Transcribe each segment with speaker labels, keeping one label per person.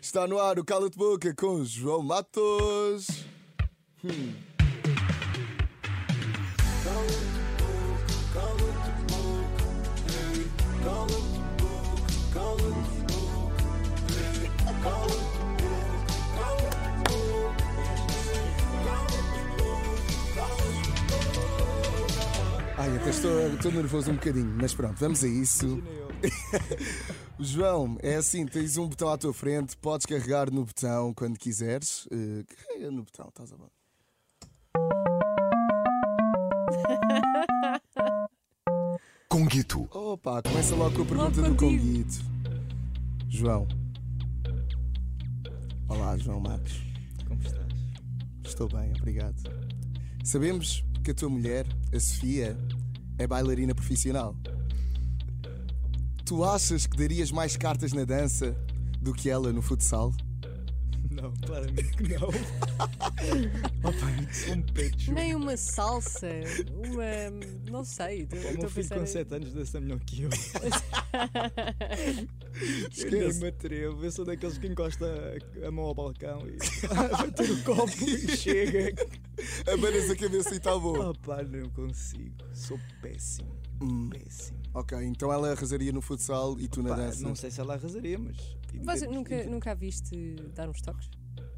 Speaker 1: Está no ar o Cala de Boca com João Matos. Hum. Ai, até estou, estou nervoso um bocadinho, mas pronto, vamos a isso. João, é assim, tens um botão à tua frente, podes carregar no botão quando quiseres. Eh, carrega no botão, estás a bom.
Speaker 2: Conguito.
Speaker 1: Opa, começa logo com a pergunta
Speaker 3: Logo
Speaker 1: do
Speaker 3: contigo.
Speaker 1: Conguito. João. Olá, João Matos.
Speaker 4: Como estás?
Speaker 1: Estou bem, obrigado. Sabemos que a tua mulher, a Sofia, é bailarina profissional. Tu achas que darias mais cartas na dança do que ela no futsal?
Speaker 4: Não, claramente que não. Opa, um pecho.
Speaker 3: Nem uma salsa, uma. não sei.
Speaker 4: O
Speaker 3: Estou
Speaker 1: um
Speaker 4: meu
Speaker 3: a
Speaker 4: filho
Speaker 3: pensar.
Speaker 4: com 7 anos dança melhor que eu. eu nem
Speaker 1: Esquece.
Speaker 4: me atrevo. Eu sou daqueles que encosta a- a mão ao balcão e vai ter o copo e chega.
Speaker 1: Abanas a cabeça e está boa.
Speaker 4: Opa, não consigo. Sou péssimo. Péssimo.
Speaker 1: Ok, então ela arrasaria no futsal e tu na
Speaker 4: Pá,
Speaker 1: dança.
Speaker 4: não sei se ela arrasaria, mas.
Speaker 3: Mas nunca, nunca a viste dar uns toques?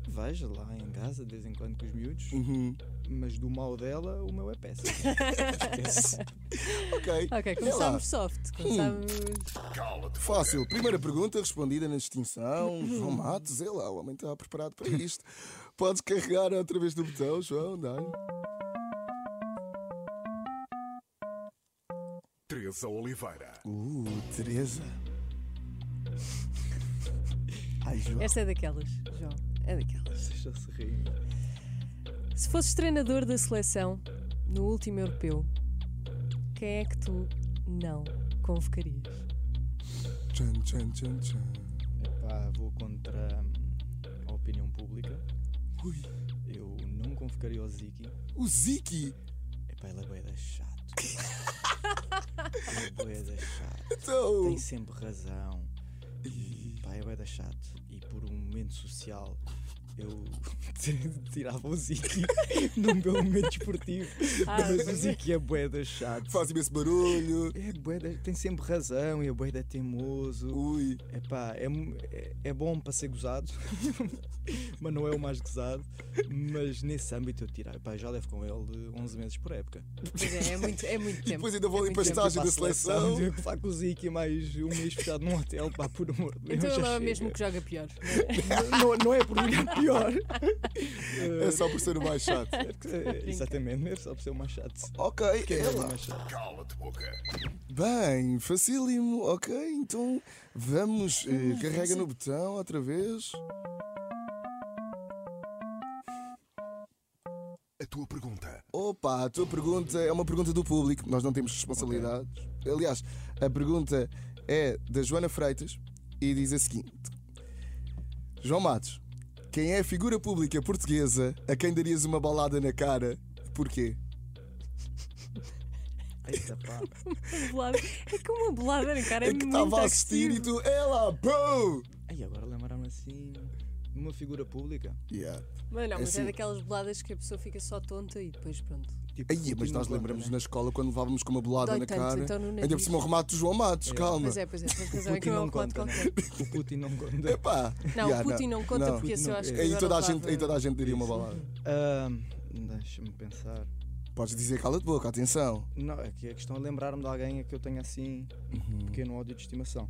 Speaker 4: Veja lá em casa, de vez em quando, com os miúdos.
Speaker 1: Uhum.
Speaker 4: Mas do mal dela, o meu é péssimo. Esquece.
Speaker 1: Ok, vê lá.
Speaker 3: Ok, começámos soft. Começámos.
Speaker 1: Fácil. Primeira pergunta respondida na distinção. João Matos, é lá, o homem está preparado para isto. Podes carregar outra vez no botão, João, dá-lhe.
Speaker 2: Teresa Oliveira.
Speaker 1: Uh, Teresa. Ai, João.
Speaker 3: Esta é daquelas, João. É daquelas.
Speaker 4: Vocês já se riem.
Speaker 3: Se fosses treinador da seleção no último europeu, quem é que tu não convocarias?
Speaker 1: Tchan, tchan, tchan, tchan.
Speaker 4: Epá, vou contra hum, a opinião pública.
Speaker 1: Ui,
Speaker 4: Eu não convocaria o Ziki.
Speaker 1: o Ziki.
Speaker 4: Epá, ele é boeda chato. ele é boeda chato.
Speaker 1: Então.
Speaker 4: Tem sempre razão. E, pá, é boeda chato. E por um momento social, eu tirava o Ziki num meu momento esportivo.
Speaker 3: Ah,
Speaker 4: Mas o
Speaker 3: pois é.
Speaker 4: Ziki é boeda chato.
Speaker 1: Faz imenso barulho.
Speaker 4: É boeda, tem sempre razão e a boeda é teimoso.
Speaker 1: Ui.
Speaker 4: Epá, é, mu- é, é bom para ser gozado, mas não é o mais gozado. Mas nesse âmbito eu tirar, epá, já levo com ele 11 meses por época.
Speaker 3: Pois é, é muito, é muito
Speaker 1: E
Speaker 3: tempo.
Speaker 1: depois ainda vou ali para a
Speaker 3: muito tempo
Speaker 1: estágio
Speaker 4: Para
Speaker 1: da
Speaker 4: a
Speaker 1: seleção.
Speaker 4: tive que falar com o Ziki mais um mês fechado num hotel, pá, por amor de Deus.
Speaker 3: Então
Speaker 4: já
Speaker 3: ele é
Speaker 4: chega.
Speaker 3: mesmo que joga pior.
Speaker 4: não, não é por jogar pior.
Speaker 1: É só por ser o mais chato.
Speaker 4: Eh, Exatamente, é só por ser o mais chato.
Speaker 1: Ok,
Speaker 4: É
Speaker 1: é
Speaker 4: o
Speaker 1: lá.
Speaker 4: mais chato.
Speaker 2: Cala-te boca.
Speaker 1: Bem, facílimo. Ok, então vamos. eh, carrega no botão outra vez.
Speaker 2: A tua pergunta.
Speaker 1: Opa, a tua pergunta é uma pergunta do público, nós não temos responsabilidades. Aliás, a pergunta é da Joana Freitas e diz a seguinte: João Matos, quem é a figura pública portuguesa a quem darias uma balada na cara? Porquê?
Speaker 4: Eita, tá, pá.
Speaker 3: Bolada. É que uma bolada na cara é,
Speaker 1: é que
Speaker 3: muito
Speaker 1: estava a assistir e
Speaker 3: agressivo.
Speaker 1: tu, ela, bro!
Speaker 4: Ai, agora lembraram-me assim. Uma figura pública.
Speaker 1: Yeah.
Speaker 3: Mas não,
Speaker 1: É
Speaker 3: mas é
Speaker 1: assim.
Speaker 3: daquelas boladas que a pessoa fica só tonta e depois pronto.
Speaker 4: Tipo,
Speaker 1: Aí, mas
Speaker 4: continua
Speaker 1: nós
Speaker 4: lá,
Speaker 1: lembramos
Speaker 4: né?
Speaker 1: na escola quando levávamos com uma bolada
Speaker 3: Dói
Speaker 1: na
Speaker 3: tanto,
Speaker 1: cara.
Speaker 3: então, no nariz.
Speaker 1: Ainda por cima o remate do João Matos, calma.
Speaker 3: Pois é, pois é, tens
Speaker 4: O
Speaker 3: razão. É
Speaker 4: Putin
Speaker 3: que não é
Speaker 4: não
Speaker 3: um conto
Speaker 4: conta. né?
Speaker 3: qualquer.
Speaker 4: O Putin não conta.
Speaker 1: Epá.
Speaker 3: Não,
Speaker 1: Yeah,
Speaker 3: o Putin não, conta
Speaker 1: não.
Speaker 3: porque esse
Speaker 4: Putin
Speaker 3: eu
Speaker 4: não-
Speaker 3: acho que.
Speaker 1: Aí
Speaker 3: agora
Speaker 1: toda a,
Speaker 3: levava-
Speaker 1: gente, aí toda a gente daria uma balada.
Speaker 4: Ahm, Deixa-me pensar.
Speaker 1: Podes dizer cala de boca, atenção.
Speaker 4: Não, é que a questão é lembrar-me de alguém a que eu tenho assim um
Speaker 3: Uhum.
Speaker 4: pequeno ódio de estimação.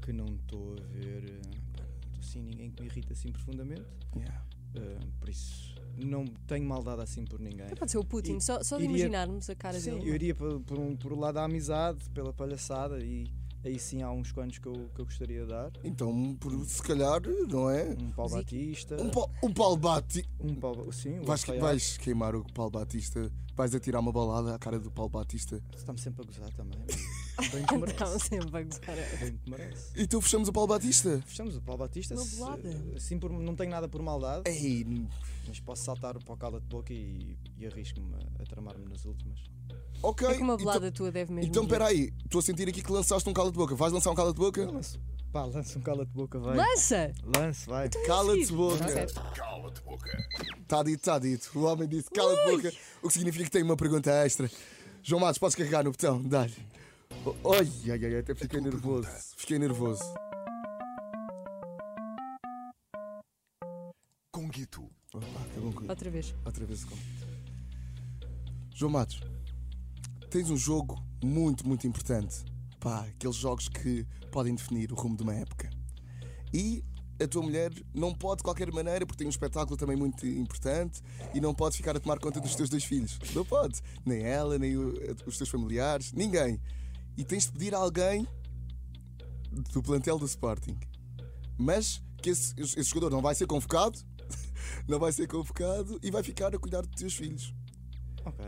Speaker 4: Que não estou a ver. eh, pá, Não estou assim ninguém que me irrita assim profundamente.
Speaker 1: Yeah.
Speaker 4: Ah, por isso, não tenho maldade assim por ninguém.
Speaker 3: Pode ser o Putin,
Speaker 4: I-
Speaker 3: só, só de
Speaker 4: iria-
Speaker 3: imaginarmos a cara
Speaker 4: Sim,
Speaker 3: dele.
Speaker 4: eu iria por, por um, por um lado da amizade, pela palhaçada, e aí sim há uns quantos que eu, que eu gostaria de dar.
Speaker 1: Então, por, se calhar, não é?
Speaker 4: Um Paulo
Speaker 3: Zico.
Speaker 4: Batista.
Speaker 1: Um, pa, um Paulo Batista.
Speaker 4: Um Paulo. Sim, o
Speaker 1: Vais,
Speaker 4: Rafael.
Speaker 1: vais queimar o Paulo Batista. Vais atirar uma balada à cara do Paulo Batista.
Speaker 4: Está-me sempre a gozar também. mas Bem que
Speaker 3: Estava
Speaker 4: merece.
Speaker 3: sempre a gozar.
Speaker 4: Bem que merece.
Speaker 1: E tu fechamos o Paulo Batista?
Speaker 4: Fechamos o Paulo Batista.
Speaker 3: Uma
Speaker 4: se-
Speaker 3: bolada.
Speaker 4: Assim, por, não tenho nada por maldade,
Speaker 1: Ei,
Speaker 4: mas posso saltar para o cala de boca e, e arrisco-me a, a tramar-me nas últimas.
Speaker 1: ok.
Speaker 3: É que uma
Speaker 1: então,
Speaker 3: bolada tua deve mesmo.
Speaker 1: então,
Speaker 3: ir.
Speaker 1: espera aí. Estou a sentir aqui que lançaste um cala de boca. Vais lançar um cala de boca?
Speaker 4: Lanço, Pá, lança um cala-te-boca, vai.
Speaker 3: Lança!
Speaker 4: Lance, vai.
Speaker 1: Cala-te
Speaker 3: seguir.
Speaker 1: boca.
Speaker 3: Percebe?
Speaker 2: Cala-te boca.
Speaker 1: Está Tá dito, está dito. O homem disse cala-te
Speaker 3: Ui.
Speaker 1: boca. O que significa que tem uma pergunta extra. João Matos, podes carregar no botão, dá-lhe. O- Ai, ai, ai, até fiquei nervoso. Fiquei nervoso.
Speaker 2: Conguito.
Speaker 1: Opa, que bom que-
Speaker 3: Outra vez.
Speaker 1: Outra vez o cão. João Matos, tens um jogo muito, muito importante. Pá, aqueles jogos que podem definir o rumo de uma época. E a tua mulher não pode de qualquer maneira, porque tem um espetáculo também muito importante, e não pode ficar a tomar conta dos teus dois filhos. Não pode. Nem ela, nem o- os teus familiares, ninguém. E tens de pedir a alguém do plantel do Sporting. Mas que esse- esse jogador não vai ser convocado, não vai ser convocado e vai ficar a cuidar dos teus filhos.
Speaker 4: Ok.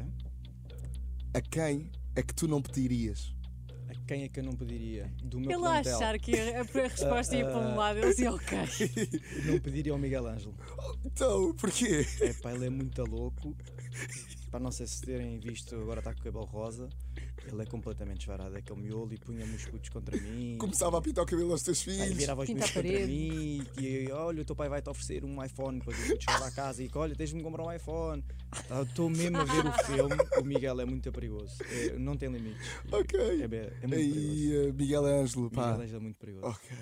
Speaker 1: A quem é que tu não pedirias?
Speaker 4: A quem é que eu não pediria? Do meu
Speaker 3: Ele a
Speaker 4: plantel.
Speaker 3: achar que a, a resposta ia para um
Speaker 4: Ah,
Speaker 3: lado, ele dizia ok.
Speaker 4: Não pediria ao Miguel Ângelo.
Speaker 1: Então, porquê?
Speaker 4: É pá, ele é muito louco. Para não sei se terem visto, agora está com o cabelo rosa. Ele é completamente desvarado. É aquele miolo e punha-me os putos contra mim.
Speaker 1: Começava a pintar o cabelo aos teus
Speaker 4: Aí
Speaker 1: filhos.
Speaker 4: virava os
Speaker 3: Pinta
Speaker 4: meus
Speaker 3: a
Speaker 4: contra
Speaker 3: parede.
Speaker 4: mim e e, olha, o teu pai vai te oferecer um iPhone para tu chegar à casa e que, olha, tens de me comprar um iPhone. Estou mesmo a ver o filme. O Miguel é muito perigoso. É, não tem limites.
Speaker 1: Ok.
Speaker 4: É, be- é muito perigoso.
Speaker 1: Aí, eh, Miguel Ângelo,
Speaker 4: O Miguel
Speaker 1: pá.
Speaker 4: Ângelo é muito perigoso.
Speaker 1: Ok.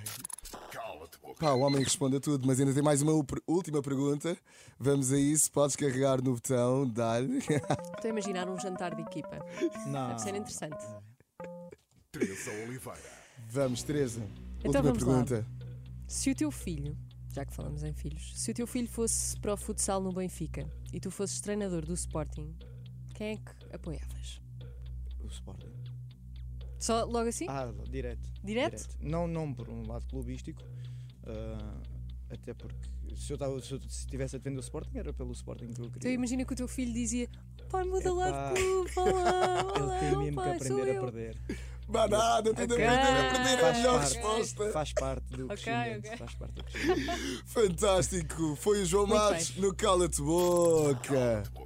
Speaker 2: Cala-te boca.
Speaker 1: Pá, o homem responde a tudo, mas ainda tem mais uma ulpr- última pergunta. Vamos a isso. Podes carregar no botão, dar-lhe.
Speaker 3: Estou a imaginar um jantar de equipa.
Speaker 4: Não.
Speaker 1: Ah.
Speaker 3: Deve ser interessante.
Speaker 2: Teresa Oliveira.
Speaker 1: Vamos, Teresa. última
Speaker 3: Então vamos lá.
Speaker 1: pergunta.
Speaker 3: Se o teu filho, já que falamos em filhos, se o teu filho fosse para o futsal no Benfica e tu fosses treinador do Sporting, quem é que apoiavas?
Speaker 4: O Sporting.
Speaker 3: Só logo assim?
Speaker 4: Ah, direto.
Speaker 3: Direto?
Speaker 4: Não, não por um lado clubístico. ah, até porque se eu, tava, se eu estivesse a defender o Sporting era pelo Sporting que eu
Speaker 3: Então
Speaker 4: queria.
Speaker 3: imagina que o teu filho dizia: pai, muda lá
Speaker 4: Epá.
Speaker 3: de clube, vá lá, vá
Speaker 4: Ele
Speaker 3: lá,
Speaker 4: tem mesmo que
Speaker 3: pai, sou
Speaker 4: aprender a
Speaker 3: eu."
Speaker 4: perder.
Speaker 1: Bah, nada, tem de
Speaker 3: Ok.
Speaker 1: aprender a perder É a
Speaker 3: Faz
Speaker 1: melhor
Speaker 4: parte.
Speaker 1: resposta.
Speaker 4: Faz parte do
Speaker 3: Ok,
Speaker 4: crescimento.
Speaker 3: ok.
Speaker 4: Faz parte do crescimento.
Speaker 1: Fantástico. Foi o João
Speaker 3: Muito
Speaker 1: Matos no Cala-te Boca.